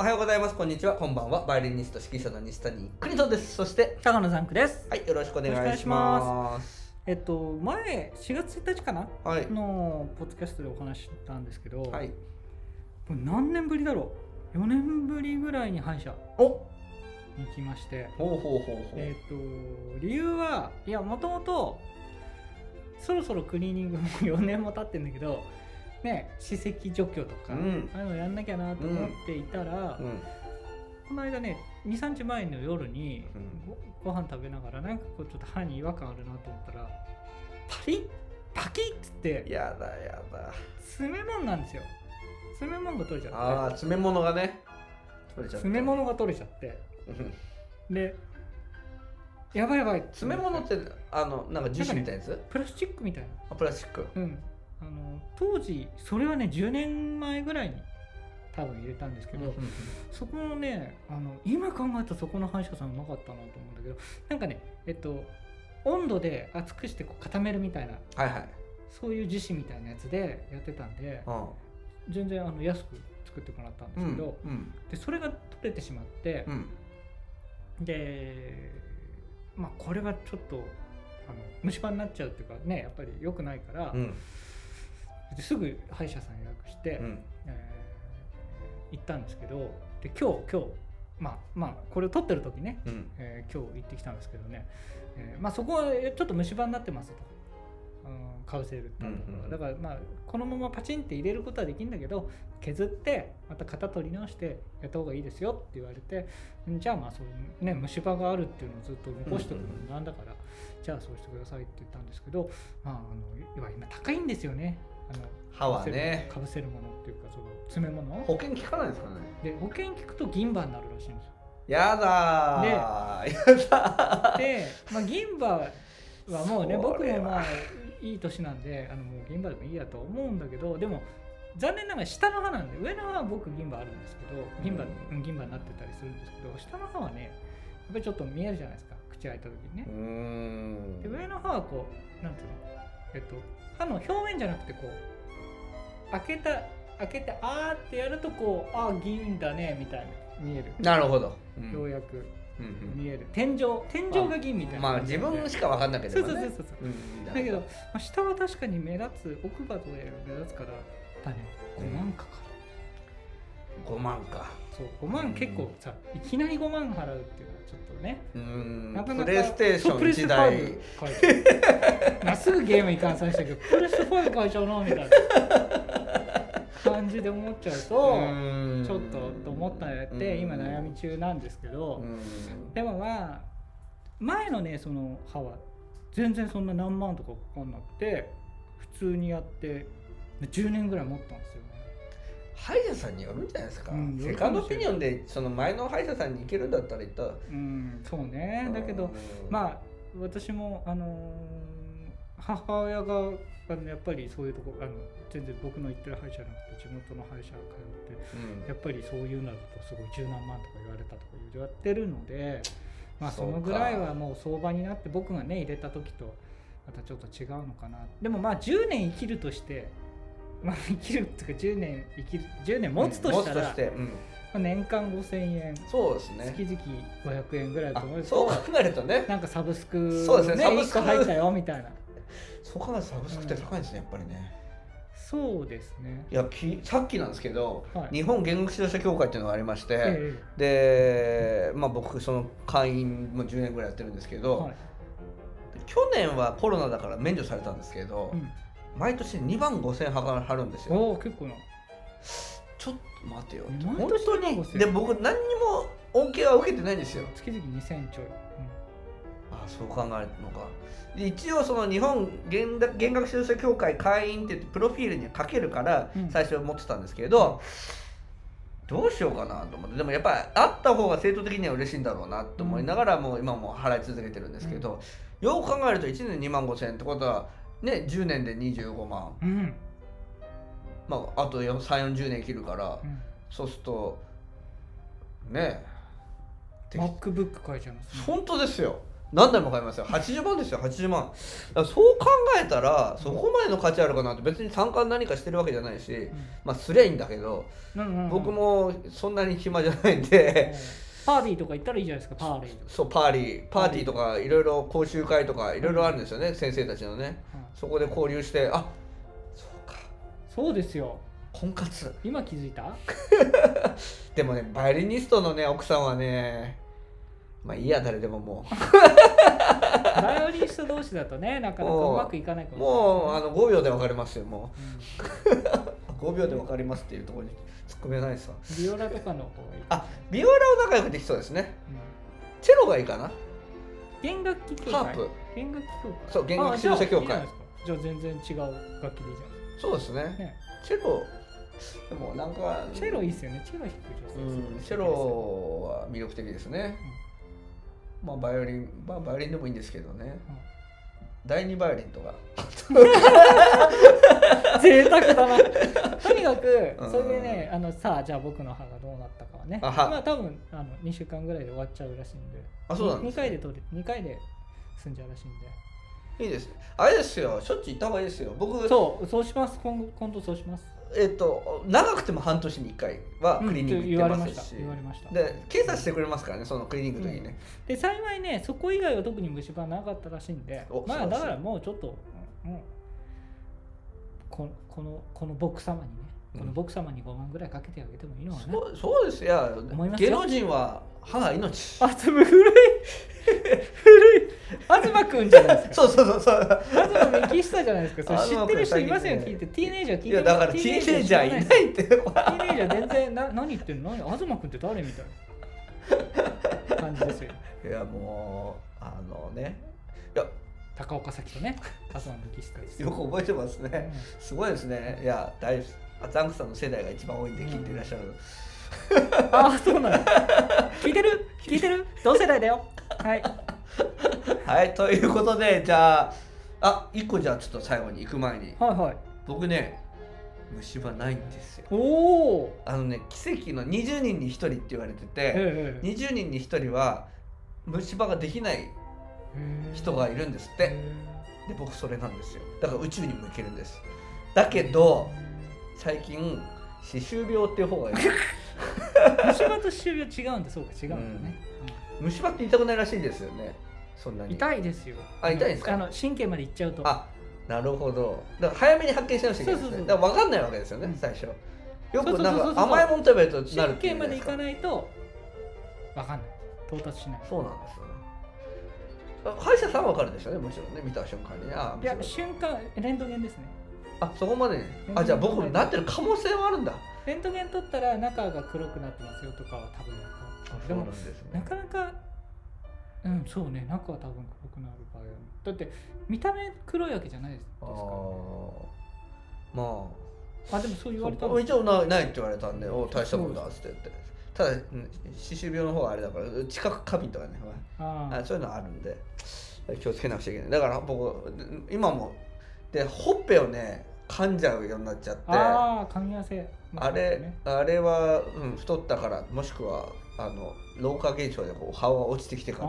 おはようございます。こんにちは。こんばんは。バイオリニスト指揮者の西谷邦人です。そして、高野さんくです。はい、よろしくお願よろいししくお願いします。えっと前4月1日かなはい。のポッドキャストでお話ししたんですけど、はい。これ何年ぶりだろう4年ぶりぐらいに歯医者おに行きましてほうほうほうほう。えっと理由はいやもともとそろそろクリーニングも4年も経ってんだけどね歯石除去とか、うんああいうのやんなきゃなと思っていたら、うん。この間ね23日前の夜にうんごご飯食べながらなんかこうちょっと歯に違和感あるなと思ったらパリッパキッつってやだやだ。詰め物なんですよ詰め物が取れちあゃあ、って詰め物がね。取れちゃった。詰め物が取れちゃってうん。でやばいやばい詰め物って、あの、なんか樹脂みたいなやつ、プラスチックみたいなあプラスチック。うんあの当時それはね10年前ぐらいに多分入れたんですけど、そこのねあの今考えたらそこの歯医者さんうまかったなと思うんだけどなんかねえっと温度で熱くしてこう固めるみたいなはいはい。そういう樹脂みたいなやつでやってたんで全然あの安く作ってもらったんでうすん。けど、うん。でそれが取れてしまってう、ん。でまあこれはちょっとあの虫歯になっちゃうっていうかねやっぱり良くないから、うん。ですぐ歯医者さん予約して、うん。えー行ったんですけどで今日今日まあまあこれを撮ってる時ねうん。えー今日行ってきたんですけどね、えーまあ、そこはえーちょっと虫歯になってますと、うん、カウセルっていうところうんうんうんだからまあこのままパチンって入れることはできるんだけど削ってまた型取り直してやった方がいいですよって言われてんじゃあまあそういう、ね、虫歯があるっていうのをずっと残しておくうのんうんもなんだから、じゃあそうしてくださいって言ったんですけど、まあ、あの要は今高いんですよね。あの歯はね。かぶせるものっていうかその詰め物保険効かないですかねで保険聞くと銀歯になるらしいんですよ。やだー、やだーで、まあ、銀歯はもうそねれは僕もまあいい年なんであのもう銀歯でもいいやと思うんだけどでも残念ながら下の歯なんで上の歯は僕銀歯あるんですけど銀歯,、うん、銀歯になってたりするんですけど下の歯はねやっぱりちょっと見えるじゃないですか口開いた時にねうー。んで上の歯はこうなんていうのえっと歯の表面じゃなくてこう開けた開けてあーってやるとこうあー銀だねみたいな見える。なるほど、うんようやくうん見える天井天井が銀みたういんなまあ感じ自なんで、分しか分かんなけそれうばそうそうねそうそううんだけど、まあ、下は確かに目立つ奥歯とかより目立つからだね5万かか5万かる、そう5万結構さいきなり5万払うっていうのはちょっとねうーんなかなかプレイステーシそョうンプレス1台ファイブ買えた まっすぐゲームに換算したけどプレスファイブ買いちゃうなみたいな感じで思っちゃううとーんちょっとと思ったのやって今悩み中なんですけど、うんでもまあ前のねその歯は全然そんな何万とかかかんなくて普通にやって10年ぐらい持ったんですよね歯医者さんによるんじゃないですか、うんセカンドオピニオンでその前の歯医者さんに行けるんだったら行ったらうんそうねだけど、あまあ私もあのー母親があのやっぱりそういうとこあの全然僕の行ってる歯医者じゃなくて地元の歯医者通ってやっぱりそういうのだとすごい十何万とか言われたとか言われてるので、まあ、そそうかのぐらいはもう相場になって僕がね入れた時とまたちょっと違うのかなでもまあ10年生きるとして、 まあ、生きるっていうか10年生きる10年持つとしたら、持つとして、うん、まあ年間5000円、そうですね月々500円ぐらいだあと思うそう考とえるとねなんかサブスクそうですねサブス1ク個入ったよみたいなそう考えるとサブスクって高いですねやっぱりねそうですねいやきさっきなんですけど、はい日本言語指導者協会っていうのがありまして、えで、まあ、僕その会員も10年ぐらいやってるんですけえど、はい去年はコロナだから免除されたんですけど、うん、毎年2万5000円払うんですよおお結構なちょっと待てよ毎年本当2万に5000円で僕何にも恩恵は受けてないんですよ月々2000ちょい、うんあそう考えるのかで一応その日本弦楽弦楽指導者協会会員って言ってプロフィールに書けるからうん最初持ってたんですけど、どうしようかなと思ってでもやっぱりあった方が生徒的には嬉しいんだろうなと思いながらもう今も払い続けてるんですけど、よく考えると1年2万5千円ってことはね10年で25万、うんまあ、あと3 4 0年切るからうん、そうするとねえ MacBook 買えちゃいますね本当ですよ何台も買いますよ80万ですよ80万だからそう考えたらそこまでの価値あるかなって別に三冠何かしてるわけじゃないしまあすりゃいいんだけどうん僕もそんなに暇じゃないんで パーティーとか行ったらいいじゃないですかパーティーそうパーリーパーティーとかいろいろ講習会とかいろいろあるんですよね先生たちのねそこで交流してあそうかそうですよ婚活今気づいたでもねバイオリニストのね奥さんはねまあいいや誰でももバイオリニスト同士だ とねなかなかうまくいかないかうももうあうの5秒で分かりますよもんう5秒で分かりますっていうところに突っ込めないさビオラとかの方がいいあビオラを仲良くできそうですねうんチェロがいいかな弦楽器協ハ会ープ弦楽器協会そう弦楽器あじゃあ指導者協会いいじゃないですかじゃあ全然違う楽器でいいじゃないですそうですねかねチェロでもなんかチェロいいっすよねチェロ弾くう女性んチェロは魅力的ですね、まあバイオリンまあバイオリンでもいいんですけどね、うん第二バイオリンとか 贅沢だ なとにかくうんそれでねあのさあじゃあ僕の歯がどうなったかはねあはまあ多分あの2週間ぐらいで終わっちゃうらしいんであそうなんで2すね回で取れ2回で済んじゃうらしいんでいいですあれですよしょっちゅう行った方がいいですよ僕そうそうします今後今度そうしますえっと長くても半年に1回はクリーニング言行わっれてまましたすし、言われましたで検査してくれますからねそのクリーニングの時にね、で幸いねそこ以外は特に虫歯なかったらしいんでおまそあうですだねからもうちょっとうんうんここのこの僕様にねうんこの僕様に5万ぐらいかけてあげてもいいのかな、そうそうですいや思います芸よ能人は歯が命あでも古い古い東くんじゃないですかそうそうそうそう東幹久じゃないですかそれ知ってる人いますよ東聞君いてティーネイジャー聞いているやだからティーネイジャーいないってティーネイジャー全然な何言ってんの何東くんって誰みたいな感じですよいやもうあのねいや高岡早紀とね東幹久ですよく覚えてますねすごいですねいや大丈夫ですあザンクさんの世代が一番多いんで聞いていらっしゃる、ああそうなんだ聞いてる聞いてる同世代だよはいはいということでじゃああ一個じゃあちょっと最後に行く前にはいはい僕ね虫歯ないんですよおおあのね奇跡の20人に1人って言われてーてええ20人に1人は虫歯ができない人がいるんですってへで僕それなんですよだから宇宙にも行けるんですだけど最近歯周病っていう方がいい え虫歯と歯周病違うんでそうか違うんだね、虫歯って痛くないらしいですよねそんなうんに痛いですよあ痛いですかあの神経までいっちゃうとあなるほどだから早めに発見しなきゃいけないですそうそうそねうだから分かんないわけですようねん最初よそうくそうなんそうかそう甘いもの食べるとなる神ってい経うまじゃなでいいすかないと分かんない到達しないそうなんですよねあ歯医者さんは分かるでしょうねもちろんね見た瞬間にあいや虫瞬間レントゲンですね歯あそこまでにあじゃあ僕なってる可能性はあるんだレントゲン取ったら中が黒くなってますよとかは多分わかるでもですなかなかうんそうね中は多分黒くなる場合はだって見た目黒いわけじゃないですあかーらねまああでもそう言われたそうら一応なないって言われたんで「お大したもんだ」っつって言ってただうん歯周病の方はあれだから知覚過敏とかね、ああーそういうのあるんで気をつけなくちゃいけないだから僕今もでほっぺをね噛んじゃうようになっちゃってああー噛み合わせれ、あれは、うん、太ったからもしくはあの老化現象でこう歯が落ちてきてああか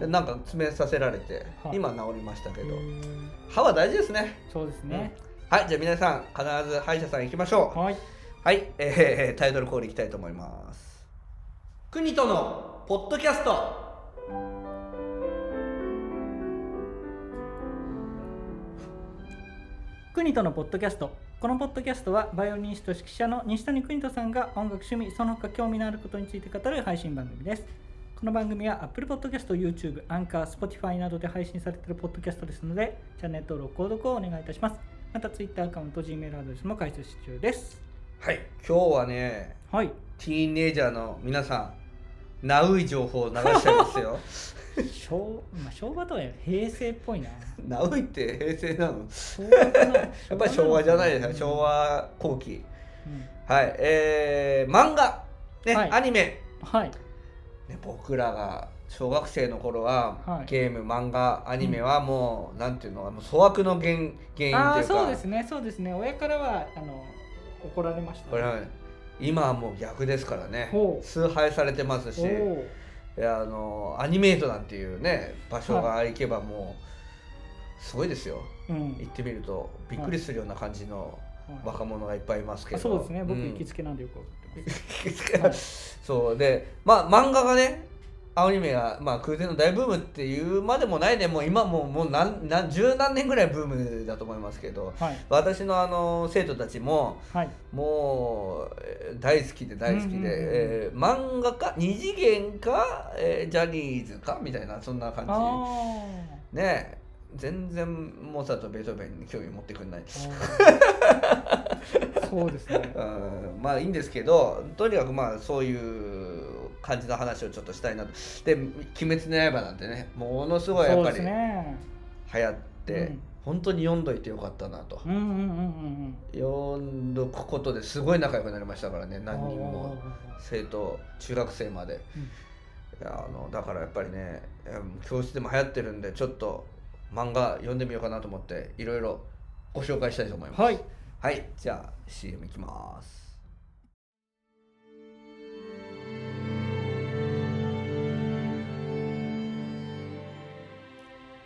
らでなんか詰めさせられて、はい今治りましたけどへー歯は大事ですねそうですね、はいじゃあ皆さん必ず歯医者さん行きましょうはいはい、えータイトルコールいきたいと思います。国とのポッドキャスト。国とのポッドキャストこのポッドキャストはバイオリニスト指揮者の西谷邦人さんが音楽趣味その他興味のあることについて語る配信番組ですこの番組は Apple Podcast、YouTube、Anchor、Spotify などで配信されているポッドキャストですのでチャンネル登録、購読をお願いいたしますまた Twitter アカウント、Gmail アドレスも開設中ですはい、今日はね、はいティーンエイジャーの皆さん、ナウい情報を流しちゃいますよ。昭,、まあ、昭和とは平成っぽいなナウいって平成なの。昭和かな やっぱり昭和じゃないですか、昭、和後期。はい、えー、漫画、ね、はいアニメ。うんはいね、僕らが小学生の頃は、はいゲーム漫画アニメはもう、なんていうのあの粗悪の原原因というあかあそうですねそうですね親からはあの怒られましたね、これは今はもう逆ですからねほう崇拝されてますしおおいやあのアニメートなんていうね場所が行けばもうすごいですようん行ってみるとびっくりするような感じのはい若者がいっぱいいますけあどそうですね僕ん行きつけなんでよくわかってます、は いそうでまあ漫画がねアニメが、まあ、空前の大ブームっていうまでもないねもう今もうもう何何十何年ぐらいブームだと思いますけど はい私のあの生徒たちもはいもうえー大好きで大好きで、うんうんうんうんえー漫画か二次元か、えージャニーズかみたいなそんな感あじーねえ全然モーツァルトベートーベンに興味持ってくれないあ ーそうですねうんまあいいんですけどとにかくまあそういう感じの話をちょっとしたいなとで「鬼滅の刃」なんてねものすごいやそっうぱでりす流ね行って、うん本当に読んどいてよかったなと、うんうんうんうん読んどくことですごい仲良くなりましたからねうん何人もあ生徒中学生までーうんいやあのだからやっぱりねうん教室でも流行ってるんでちょっと漫画読んでみようかなと思っていろいろご紹介したいと思いますはいはい、じゃあ CM いきます。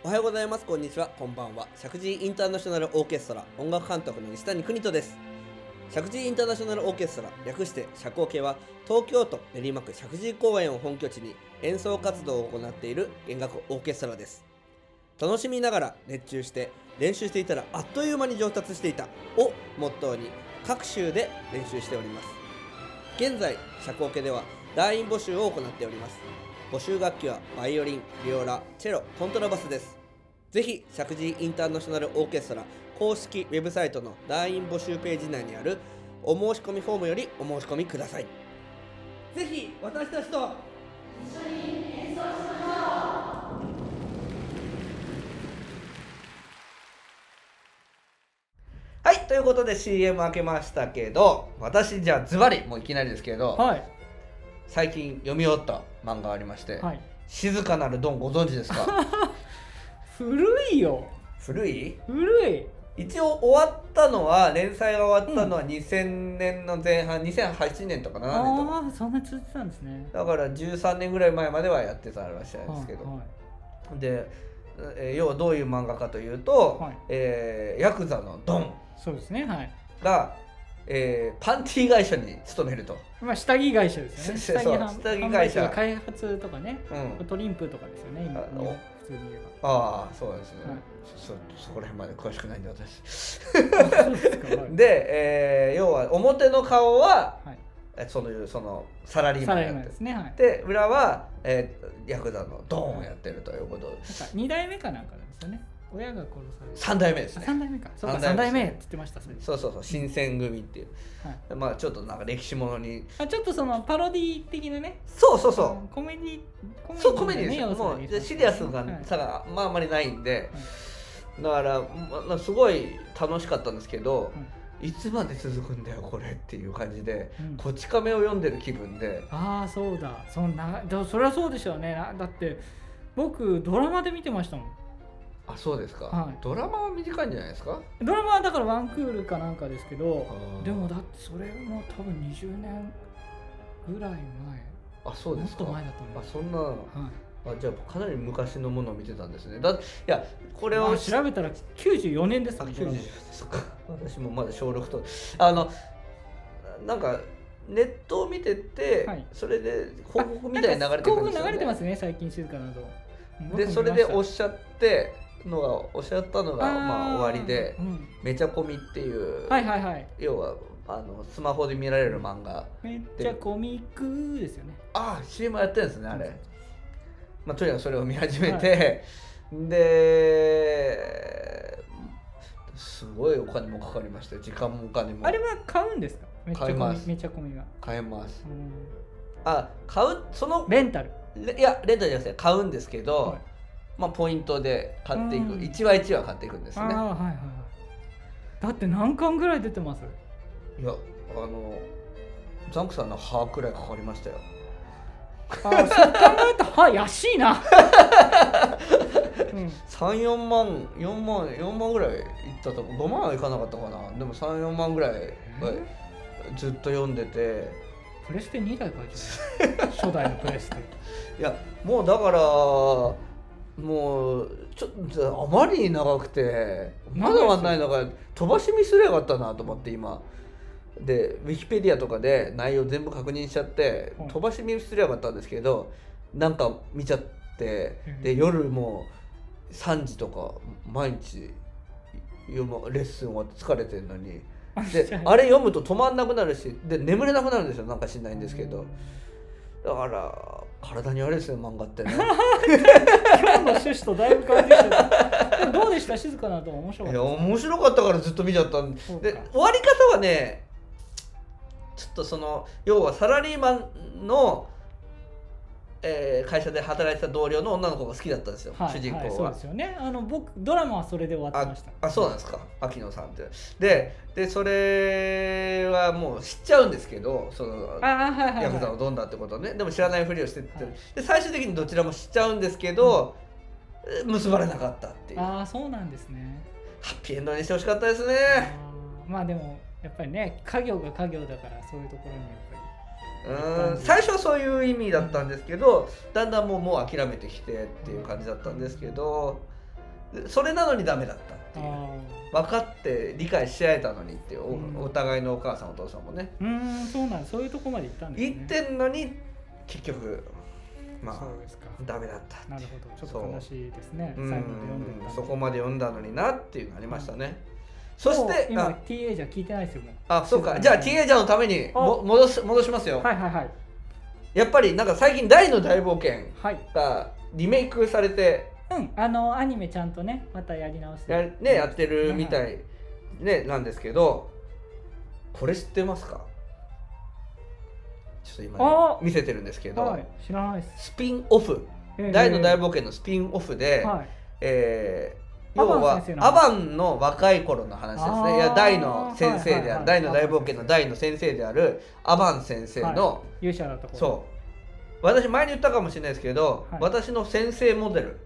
おはようございます。こんにちは。こんばんは。石神井インターナショナルオーケストラ音楽監督の西谷邦人です。石神井インターナショナルオーケストラ略して社交系は東京都練馬区石神井公園を本拠地に演奏活動を行っている弦楽オーケストラです。楽しみながら熱中して練習していたらあっという間に上達していたをモットーに各州で練習しております現在社交系では団員募集を行っております募集楽器はバイオリンビオラチェロコントラバスですぜひ石神井インターナショナルオーケストラ公式ウェブサイトの団員募集ページ内にあるお申し込みフォームよりお申し込みくださいぜひ私たちとはい、ということで CM 開けましたけど、私じゃあズバリ、もういきなりですけど、はい最近読み終わった漫画がありまして、はい静かなるドンご存知ですか古いよ 古い古い一応終わったのは、連載が終わったのは2000年の前半、2008年とか7年とか。ああそんな続いてたんですねだから13年ぐらい前まではやってたらしいですけど、はいで、えー要はどういう漫画かというと、はいえーヤクザのドンそうですねはいが、えーパンティ会社に勤めると。まあ下着会社ですよ そねう下着はそう下着会社販売とか開発とかねうんトリンプとかですよね今あの普通に言えばああそうなんですね、はいそそそこら辺まで詳しくないんで私そうですかはいで、えー要は表の顔ははいえそのそのサラリーマサンラやリってーマンるですねはいなんかで裏は、えーヤクザのドーンをやってるということで2代目かなんかなんですよね親が殺され3て代目ですあね三代目かそうか三代3代目目って言ってましたそれそうそうそう新選組っていう、はいまあちょっとなんか歴史ものにあちょっとそのパロディ的なねそうそうあそのコメディコう、メそうコメディですのよね要も素が入れうてまですシねリアスがはい差が、まああんまりないんで、だからままあすごい楽しかったんですけど、いつまで続くんだよこれっていう感じでうんこち亀を読んでる気分でああそうだそんなでもそれはそうでしょうねなだって僕ドラマで見てましたもんあそうですか、はいドラマは短いんじゃないですかドラマはだからワンクールかなんかですけどあーでもだってそれも多分20年ぐらいあそう前もでっすかと前だと思あうそんなあはいじゃあかなり昔のものを見てたんですねだいやこれまをあ調べたら94年ですあもん90ですか私もまだ小6とあのなんかネットを見てて、はいそれで広告みたいに流れてくるんですよ、広告ね、流れてますね最近静かなどでそれでおっししゃってのがおっしゃったのがまあ終わりで「めちゃコミ」っていう、はいはいはい要はあのスマホで見られる漫画めっちゃコミックですよねああ CM やってるんですねあれ、まあ、とにかくそれを見始めて、ですごいお金もかかりましたよ時間もお金もあれは買うんですかめっちゃ買いコまミすめっちゃコミが買えますうんあ買うそのレンタルレいやレンタルじゃなくて買うんですけど、はいまあ、ポイントで買っていく、うん一話一話買っていくんですあねあはいはいはいだって何巻ぐらい出てますいやあのザンクさんの歯くらいかかりましたよあーそう考えたらは安 いな、うん34万4万4万ぐらいいったとこ5万はいかなかったかなでも34万ぐらいはずっと読んでてえプレステ2台買えちゃう初代のプレステいやもうだからもうちょっとあまりに長くてまだわんないのが飛ばし見すればよかったなと思って今でウィキペディアとかで内容全部確認しちゃってはい飛ばし見すればよかったんですけどなんか見ちゃってうでん夜もう3時とか毎日読むレッスン終わって疲れてるのに じゃでああれ読むと止まんなくなるしで眠れなくなるんですよなんかしんないんですけどだから体に悪いですよ漫画 ってね。今日の趣旨とだいぶ変わってきたでもどうでした静かなと面白かいったや面白かったからずっと見ちゃったんでそうかで終わり方はねちょっとその要はサラリーマンの、えー会社で働いてた同僚の女の子が好きだったんですよ、はい主人はい、公そうは、ですよねあの僕ドラマはそれで終わってあましたあそうなんですか牧野さんってででそれはもう知っちゃうんですけどそのああはいはい、ヤクザはのドンだってことをねでも知らないふりをしてって、はいで最終的にどちらも知っちゃうんですけど、結ばれなかったってい、いうハああそうなんですねッピーエンドにしてほしかったですね、あーまあでもやっぱりね家業が家業だからそういうところにやっぱりうん最初はそういう意味だったんですけどだんだんもうもう諦めてきてっていう感じだったんですけどでそれなのにダメだったっていうあ分かって理解し合えたのにっていううんおお互いのお母さんお父さんもねあうーんそうなんそういうとこまで行ったんですね言ってんのに結局まそうあですかダメだったっていうなるほどちょっと悲しいですねう最後まで読んでたんのそこまで読んだのになっていうのありましたねそして今あ TA じゃ聞いてないですよもうあそうかじゃあ TA ちゃんのためにも戻す戻しますよはいはいはいやっぱりなんか最近大の大冒険はいがリメイクされてうんあのアニメちゃんとねまたやり直してや,、ね、やってるみはたい、ね、なんですけどこれ知ってますかちょっと今ね、あ見せてるんですけど、はい知らないですスピンオフえー大の大冒険のスピンオフで、はいえーア要バンは先生のアバンの若い頃の話ですあねーいや大の先生である、はいはいはい大の大冒険の大の先生であるアバン先生の、勇者だところそう私前に言ったかもしれないですけど、はい私の先生モデル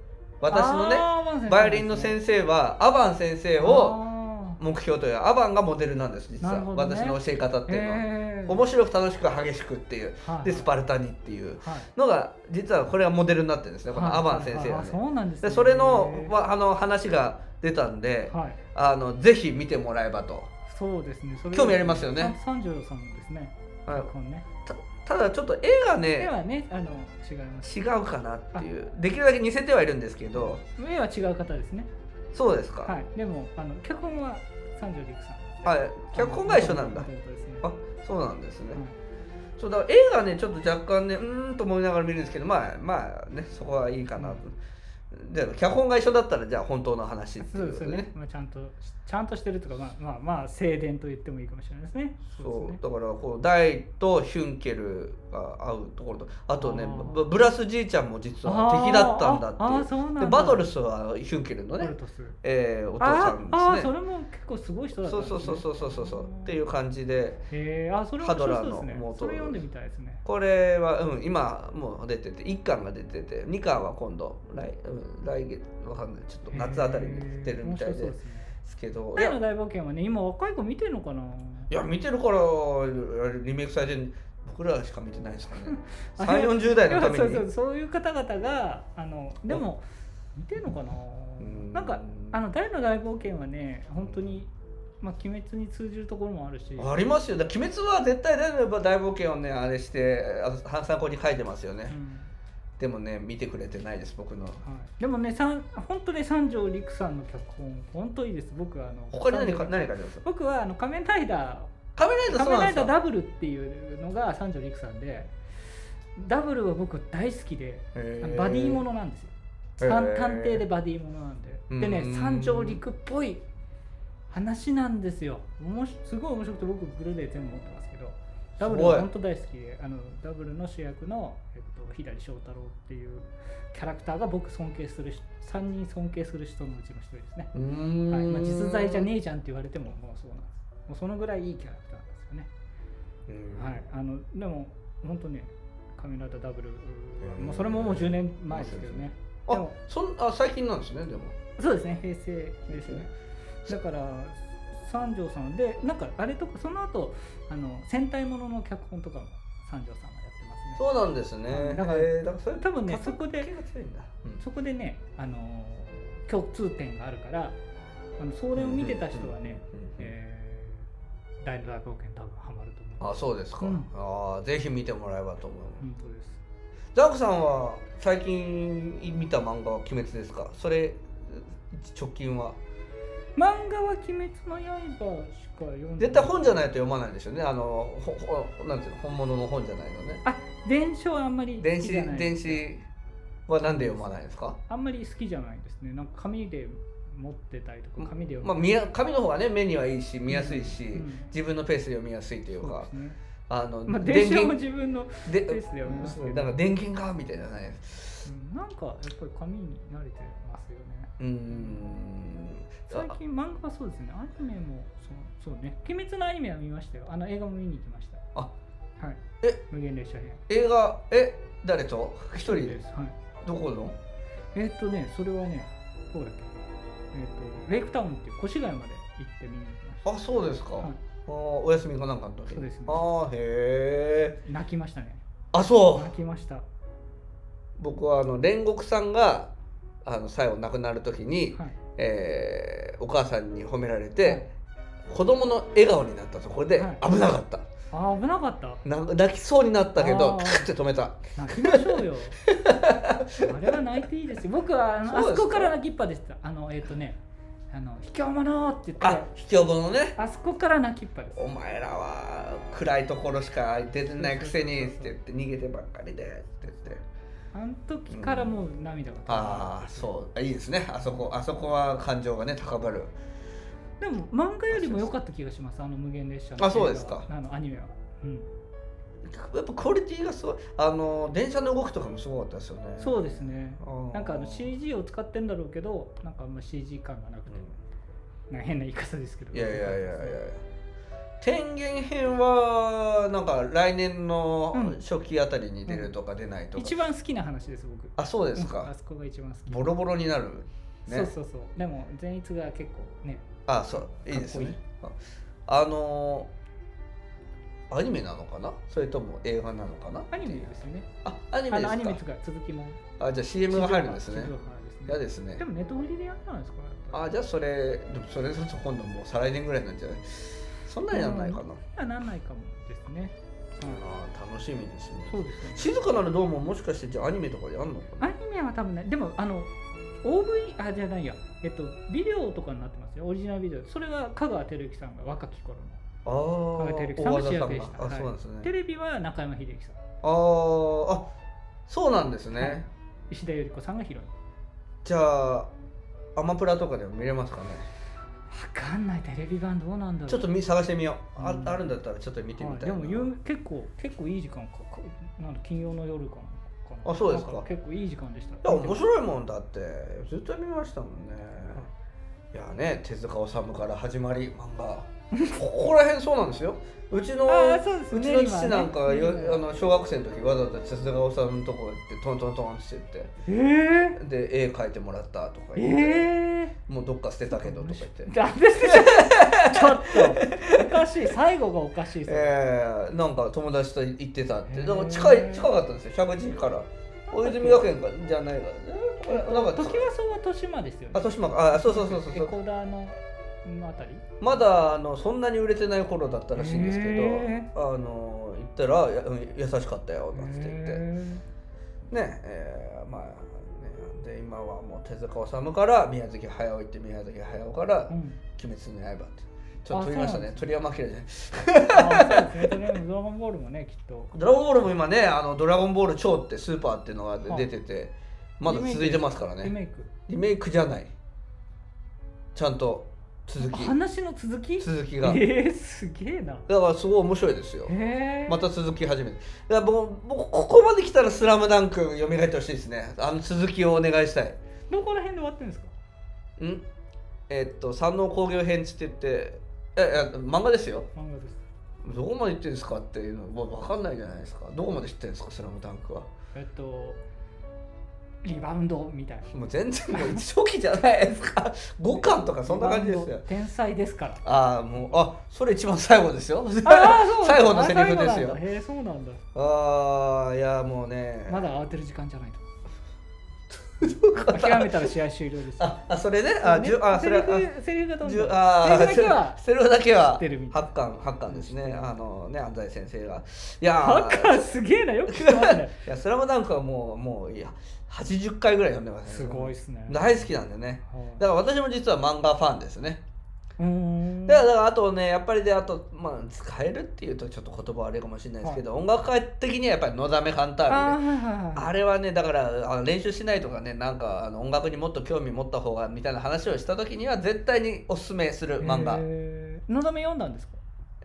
私のねあーワン先生バイオリンの先生はアバン先生をあ目標というアバンがモデルなんです実なは、るほどね私の教え方っーていうのは、へー面白く楽しく激しくっていうはいはいでスパルタにっていうはいのが実はこれがモデルになってるんですねこのアバン先生はがいはいはいあね、そうなんですねでそれのわあの話が出たんで、はいあのぜひ見てもらえばとそうですねそれ興味ありますよねあ三条さんですねはいこのねたただちょっと絵が絵ねはねあの違います違うかなっていうできるだけ似せてはいるんですけど絵は違う方ですねそうですか、はいでもあの脚本は三条陸さんあ脚本が一緒なんだそうですねあそうなんですね、はいそうだから絵がねちょっと若干ねうーんと思いながら見るんですけどまあまあねそこはいいかなと。で脚本が一緒だったらじゃあ本当の話っていそううでこすとよでねね。まあちゃんとちゃんとしてるとかまあまあまあ静電と言ってもいいかもしれないですねそうですねだからこう大とヒュンケルが合うところとあとねあーブブラスじいちゃんも実は敵だったんだってあーあーいそうなんうだでバトルスはヒュンケルのボねル、トスえーお父さあんあですーそねれも結構すごい人だったそんうですそねうそうそうそうそうそうっていう感じでへえあそれも面白ハドラーそうですねの元それ読んでみたいですねこれは、うん、今もう出てて1巻が出てて2巻は今度来,、うん、来月わかんないちょっと夏あたりに出るみたいへー面白そうでですねすけどい大やの大冒険はね今若い子見てるのかないや見てるからリメイクされてる僕らしか見てないですかね あれ3 4 0代のためにいや そうそうそういう方々があのでも見てるのかなうんなんかあの大の大冒険はね本当にまあ鬼滅に通じるところもあるしありますよだから鬼滅は絶対大の大冒険をねあれしてあの参考に書いてますよね、うんでもね見てくれてないです僕のはい、でもねさん本当ね三条陸さんの脚本本当いいです僕あの他に何か三条何かあります僕はあの仮面ライダーカメライダー仮そう面なラんでイダーすかダブルっていうのが三条陸さんでダブルは僕大好きでへあのーバディものなんですよへー探探偵でバディものなんででねうん三条陸っぽい話なんですよおもしすごい面白くて僕ブルーレイ全部持ってますけどダブルすごい本当大好きであのダブルの主役の、えっと、左翔太郎っていうキャラクターが僕尊敬する人3人尊敬する人のうちの一人ですね、うーん、はいまあ、実在じゃねえじゃんって言われてももうそうなんですもうそのぐらいいいキャラクターなんですよねうんはい、あのでも本当ね「カメライダーダブル」ーもうそれももう10年前ですけどねであもそんあ最近なんですねでもそうですね平成ですねだから三条さんでなんかあれとかその後あの戦隊ものの脚本とかも三条さんがやってますねそうなんですね。うんだからえーだからそれ多分ね価格そこで系が強いんだ。うんそこでね、あのー共通点があるからあのそれを見てた人はね、うんうんえー大の大冒険多分ハマると思うあ、そうですか。うんああ、ぜひ見てもらえばと思う。本当ですザクさんは最近見た漫画は鬼滅ですか。それ直近は漫画は「鬼滅の刃」しか読んでない絶対本じゃないと読まないでしょうね。あのほほなんていうの本物の本じゃないのね。あ電子はあんまり好電き子じゃない電子はなんで読まないんですか。あんまり好きじゃないですねなんか紙で持ってたりとか紙で読まあ見や紙の方がね目にはいいし見やすいし、うん自分のペースで読みやすいというそうかですねあの、まあ、電電子も源自分の、でペースで読みますけどうんだから電源がみたいなね。うんなんかやっぱり紙に慣れてますよねうーん。最近漫画はそうですねアニメもそうそうね鬼滅のアニメは見ましたよあの映画も見に行きましたあはいえ無限列車編映画え誰と一人でです、はい、どこのえーっとねそれはねどこだっけえーっとレイクタウンっていう越谷まで行って見に行きましたあそうですか、はあーお休みかなんかの時そうですねああへえい、泣きましたねあそう泣きましたは僕はあの煉獄さんがあの最後亡くなる時いに、えーお母さんに褒められて、はい子供の笑顔になったところではい危なかった、あー危なかったな泣きそうになったけどあークッて止めた泣きましょ うよあれは泣いていいですよ僕はあのあそうですかそこから泣きっぱでしたあのえーっとねあの卑怯者って言ってあ卑怯者ねあそこから泣きっぱですお前らは暗いところしか出てないくせにって言って逃げてばっかりでって言ってあの時からもう涙が止まらなかあったあですそういいですねあそこあそこは感情がね高まるでも漫画よりも良かった気がしますあの無限列車の映画あそうですかあのアニメは、うん、やっぱクオリティがすごいあの電車の動きとかもすごかったですよねそうですねうなんかあの CG を使ってんだろうけどなんかあんま CG 感がなくて、なんか変な言い方ですけどいやいやいやいや天元編はなんか来年のうん初期あたりに出るとか出ないとか、一番好きな話です僕あそうですかうんあそこが一番好きボロボロになるねそうそうそうでも善逸が結構ねあそういいですねあのーアニメなのかなそれとも映画なのかなアニメですよねあアニメあですのかアニメとか続きもあじゃあ CM が入るんですね地上波ですね嫌ですねでもネットフリでやるんじゃないですかやっぱりあじゃあそれでもそれだと今度もう再来年ぐらいなんじゃないそんなになんないかな、うんはなんないかもですね。うんあー楽しみですそねうですね。静かなるドームももしかしてじゃあアニメとかでやんのかアなニメは多分ね、でもあの OV あじゃないや、えっとビデオとかになってますよ。オリジナルビデオ。それは香川照之さんが若き頃の。ああ香川照大之さんが技主さ役んでがした。あはいそうなんですね、テレビは中山秀樹さん、あーあそうなんですね、はい石田ゆり子さんがヒロイン。じゃあアマプラとかでも見れますかねわかんないテレビ版どうなんだろう。ちょっと見探してみよう、あうんあるんだったらちょっと見てみはいたいでな、も有結構結構いい時間かかなんだ金曜の夜かななあそうですかなん結構いい時間でした。いや面白いもんだってずっと見ましたもんね、いやね手塚治虫から始まり漫画ここら辺そうなんですようちのあーそうですうちねの父なんか、今よねあの小学生の時わざわざ手塚治虫のとこ行ってトントントンってってえー、で絵描いてもらったとかえ言って、えー。もうどっか捨てたけどとか言ってなんで捨てちゃった ちょっとおかしい最後がおかしいですねえー、なんか友達と行ってたってへーだから近い近かったんですよ100時から大泉学園かじゃないからねなんか時はそうは豊島ですよあね豊島かあそうそうそうそうエそうコダーののあたりまだあのそんなに売れてない頃だったらしいんですけど、へあの行ったらやうん優しかったよなんつって言って、へねえーまあねで今はもう手塚治虫から宮崎駿行って宮崎駿からーうん「鬼滅の刃」ってちょっと飛びましたねあそうなんですね鳥山明じゃないあそうですねとりあえずドラゴンボールもねきっとドラゴンボールも今ね「あのドラゴンボール超」ってスーパーっていうのがはい出ててまだ続いてますからねリメイクリメイクじゃないちゃんと続き話の続き続きえがだー、すげえなからすごい面白いですよへえまた続き始めてだから僕僕ここまで来たら「スラムダンク読み返ってほしいですねあの続きをお願いしたいどこら辺で終わってるんですかんえっと山王工業編つって言ってええ漫画ですよ漫画ですどこまで行ってんですかっていうのもう分かんないじゃないですかどこまで知ってんですか「スラムダンクはえっとリバウンドみたいなもう全然もう初期じゃないです か五巻とかそんな感じですリバウよンド天才ですからああもうあそれ一番最後ですよ ああ最後のセリフですよへえそうなんだああいやもうねまだ慌てる時間じゃない とどうかな諦めたら試合終了ですああそれねあじゅあそセれリあフセリフがどんじゅどんあ セリフだけはセリフだけは知ってるみたい八巻八巻ですねあのね安西先生がいやハーッカーすげえなよく聞かない いやスラムダンクはもうもういや80回ぐらい読んでますすねごいですね大好きなんでねはいだから私も実は漫画ファンですねうーんだからだからあとねやっぱりであとまあ使えるっていうとちょっと言葉悪いかもしれないですけど、音楽界的にはやっぱり「のだめハンタービレあッジ」ああれはねだからあの練習しないとかねなんかあの音楽にもっと興味持った方がみたいな話をした時には絶対におすすめする漫画のだめ読んだんですか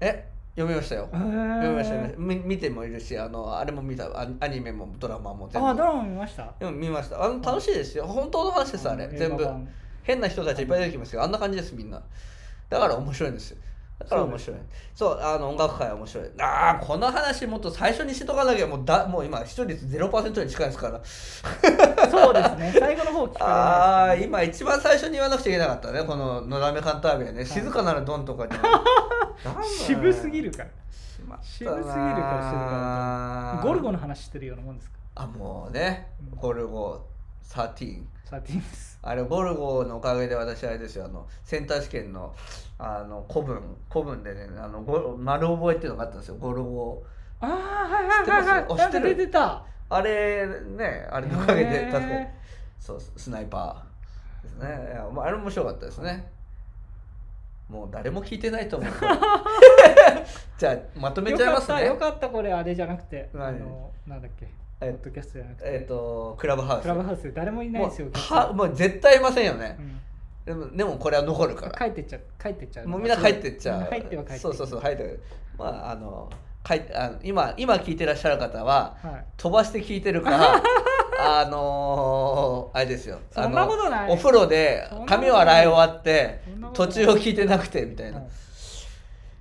え読みましたよへー読みました読みましたみ見てもいるしあのあれも見たアアニメもドラマも全ああド部ラマ見ましたでも見ましたあの楽しいですよ本当の話ですあれの全映部画版変な人たちいっぱい出てきますよあんな感じですみんなだから面白いんですよだから面白いそうあの音楽界は面白いああこの話もっと最初にしとかなきゃもうだもう今視聴率0%に近いですからそうです ね最後の方聞あかあれないですね今一番最初に言わなくちゃいけなかったねこの「のだめカンタービレ」ね静かなるドンとかに 渋すぎるるから渋渋すぎるから静かゴルゴのの話してるようなもんですかあもうねうんゴルゴ13サーティーンですあれゴルゴのおかげで私あれですよあのセンター試験のあの古文古文でねあのゴ丸覚えっていうのがあったんですよゴルゴああはいはいはいはい知なっんてますよあ知ってかる出てたあれねあれのおかげでへー確かにそうスナイパーですねいや、まあ、あれも面白かったですねもう誰も聞いてないと 思うじゃあまとめよちゃいかまっすたねよかったこれあれじゃなくて何あのなんだっけポえッドキャストじゃなくえてっ、とクラブハウスクラブハウスで誰もいないもですようお客さはんもう絶対いませんよねう、んでもでもこれは残るから帰ってっちゃう帰ってっちゃうもうみんな帰ってっちゃう。帰っては帰ってそうそうそう、入ってる。まあ、あの、帰っあの今、今聞いてらっしゃる方は、はい飛ばして聞いてる から、あのーあれですよ。そんなことないあのお風呂でそんなことな髪いを洗い終わってそんな、こと途ない中を聞いてなくて、みたいな。はい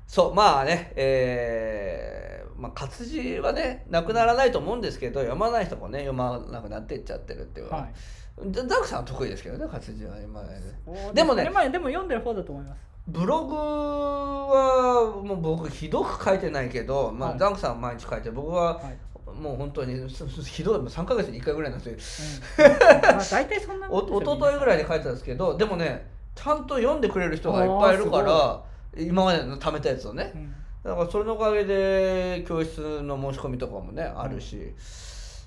そう、まあね、えーまあ、活字はね、なくならないと思うんですけど、読まない人もね、読まなくなっていっちゃってるっていう。はいザザクさんは得意ですけどね、活字は今、そうすでもねまあでも読んでる方だと思いますブログはもう僕ひどく書いてないけど、まあはいダンクさんは毎日書いて僕ははい、うんもう本当にすすひどいもう3ヶ月に1回ぐらいなんですよまあ、大体そんなおもんですよおとといぐらいで書いてたんですけどでもねちゃんと読んでくれる人がいっぱいいるから今までの貯めたやつをねみんなだからそれのおかげで教室の申し込みとかもねあるし、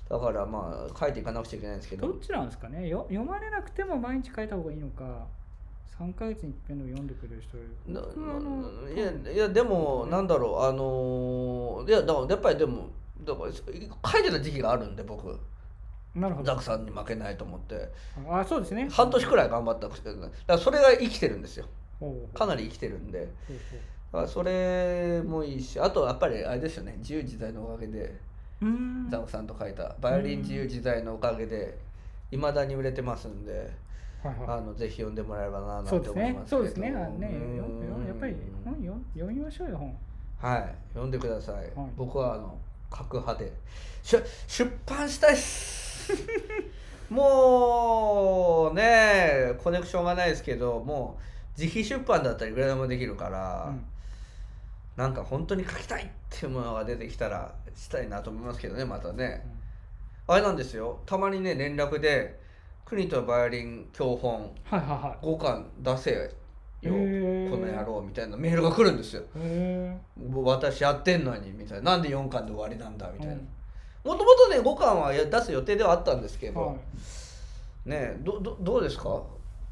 だからまあ書いていかなくちゃいけないんですけうん、どどっちなんですかねよ読まれなくても毎日書いた方がいいのか3ヶ月に一遍でも読んでくれる人いるな僕はあのいやいやでもなんだろうあのーいやだからやっぱりでもだから書いてた時期があるんで僕なるほザどクさんに負けないと思ってあそうですね半年くらい頑張ったくせにだからそれが生きてるんですよほうほうかなり生きてるんでほうほうだからそれもいいしあとやっぱりあれですよね自由自在のおかげでうーんザクさんと書いた「バイオリン自由自在のおかげで」いまだに売れてますんではいはいあのぜひ読んでもらえればななんてそう思ですいねま。すけどそうですね。あのね、ようんよやっぱり本よ読みましょうよ本。はい、読んでください。はい僕はあの格派でしゅ出版したいっ す。もうねコネクションがないですけどもう自費出版だったらいくらでもできるから、うんなんか本当に書きたいっていうものが出てきたらしたいなと思いますけどねまたねあれなんですよたまにね連絡で「国とバイオリン教本はいはいは5巻出せよ、へーこの野郎」みたいなメールが来るんですよ。い。へ私やってんのにみたいななんで4巻で終わりなんだみたいなうもんともとね5巻はや出す予定ではあったんですけえ。ど、はねどどどうですか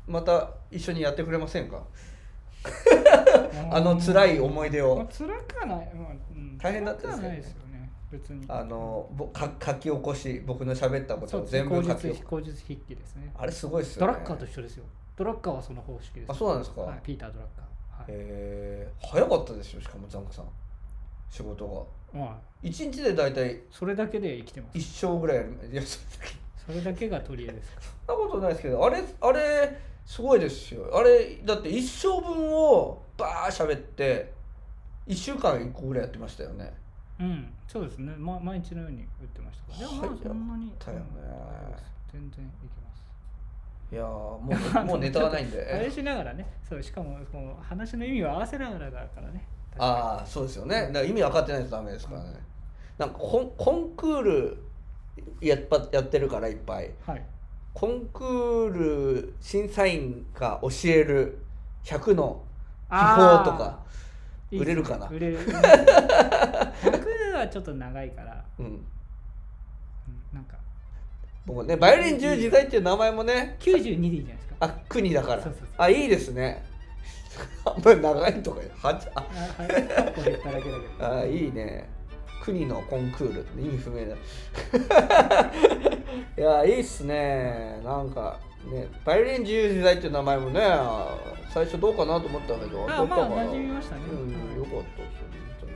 また一緒にやってくれませんかい。あの辛い。い思い出まあを辛くはない。まあうん大変だった辛ですよねくはないですよね。別に。あのぼか書き起こし僕の喋ったこそとうをですね全部書き口起述こ口述筆記ですね。あれすごいっすよドねラッカーと一緒ですよ。ドラッカーはその方式です。あそうなんですか、はい。ピータードラッカー。はへい。え早かったですよしかもザンクさん仕事がまあ1日で大体それだけで生きてます。一生ぐらいやるいやそそれだけが取り柄ですかそんなことないですけどあれあれすごいですよあれだって一生分をバー喋って1週間1個ぐらいやってましたよねら。うん、そうですね、ま、毎日のように打ってましたからでもまはいあそんなにやったよねうん全然いけますいやーも うもうネタはないんあれでしながらねそうしかもこの話の意味を合わせながらだからねああそうですよねだから意味分かってないとダメですからねなんかコンコンクールやっぱやってるからいっぱいはいコンクール審査員が教える100の秘宝とかいいですね売れるかな売れる100はちょっと長いから、うんうん、なんか僕ねバイオリン十字台っていう名前もね92でいいんじゃないですかあ国だからそうそうそうあいいですねあんまり長いとかはちああはい8個減っただけだけどあいいね国のコンクールって意味不明だ いやいいっすねなんかねバイオリン自由自在っていう名前もね最初どうかなと思ったんだけどあどうまかあな馴染みましたね、うんよはかったでいす本当に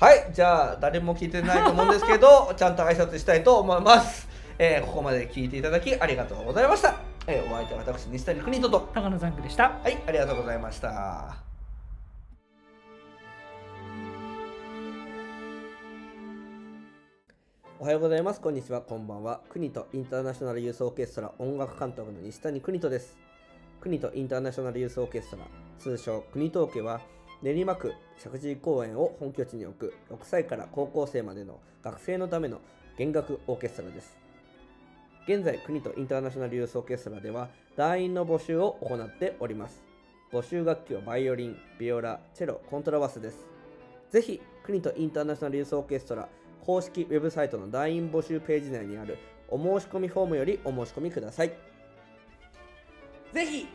はいじゃあ誰も聞いてないと思うんですけ どちゃんと挨拶したいと思います、えーここまで聞いていただきありがとうございました、えーお相手は私西谷邦人と高野ザンクでしたはいありがとうございましたおはようございます。こんにちは。こんばんは。国とインターナショナルユースオーケストラ音楽監督の西谷邦人です。国とインターナショナルユースオーケストラ、通称国東家は、練馬区石神井公園を本拠地に置く6歳から高校生までの学生のための弦楽オーケストラです。現在、国とインターナショナルユースオーケストラでは、団員の募集を行っております。募集楽器はバイオリン、ビオラ、チェロ、コントラバスです。ぜひ、国とインターナショナルユースオーケストラ公式ウェブサイトの団員募集ページ内にあるお申し込みフォームよりお申し込みください。ぜひ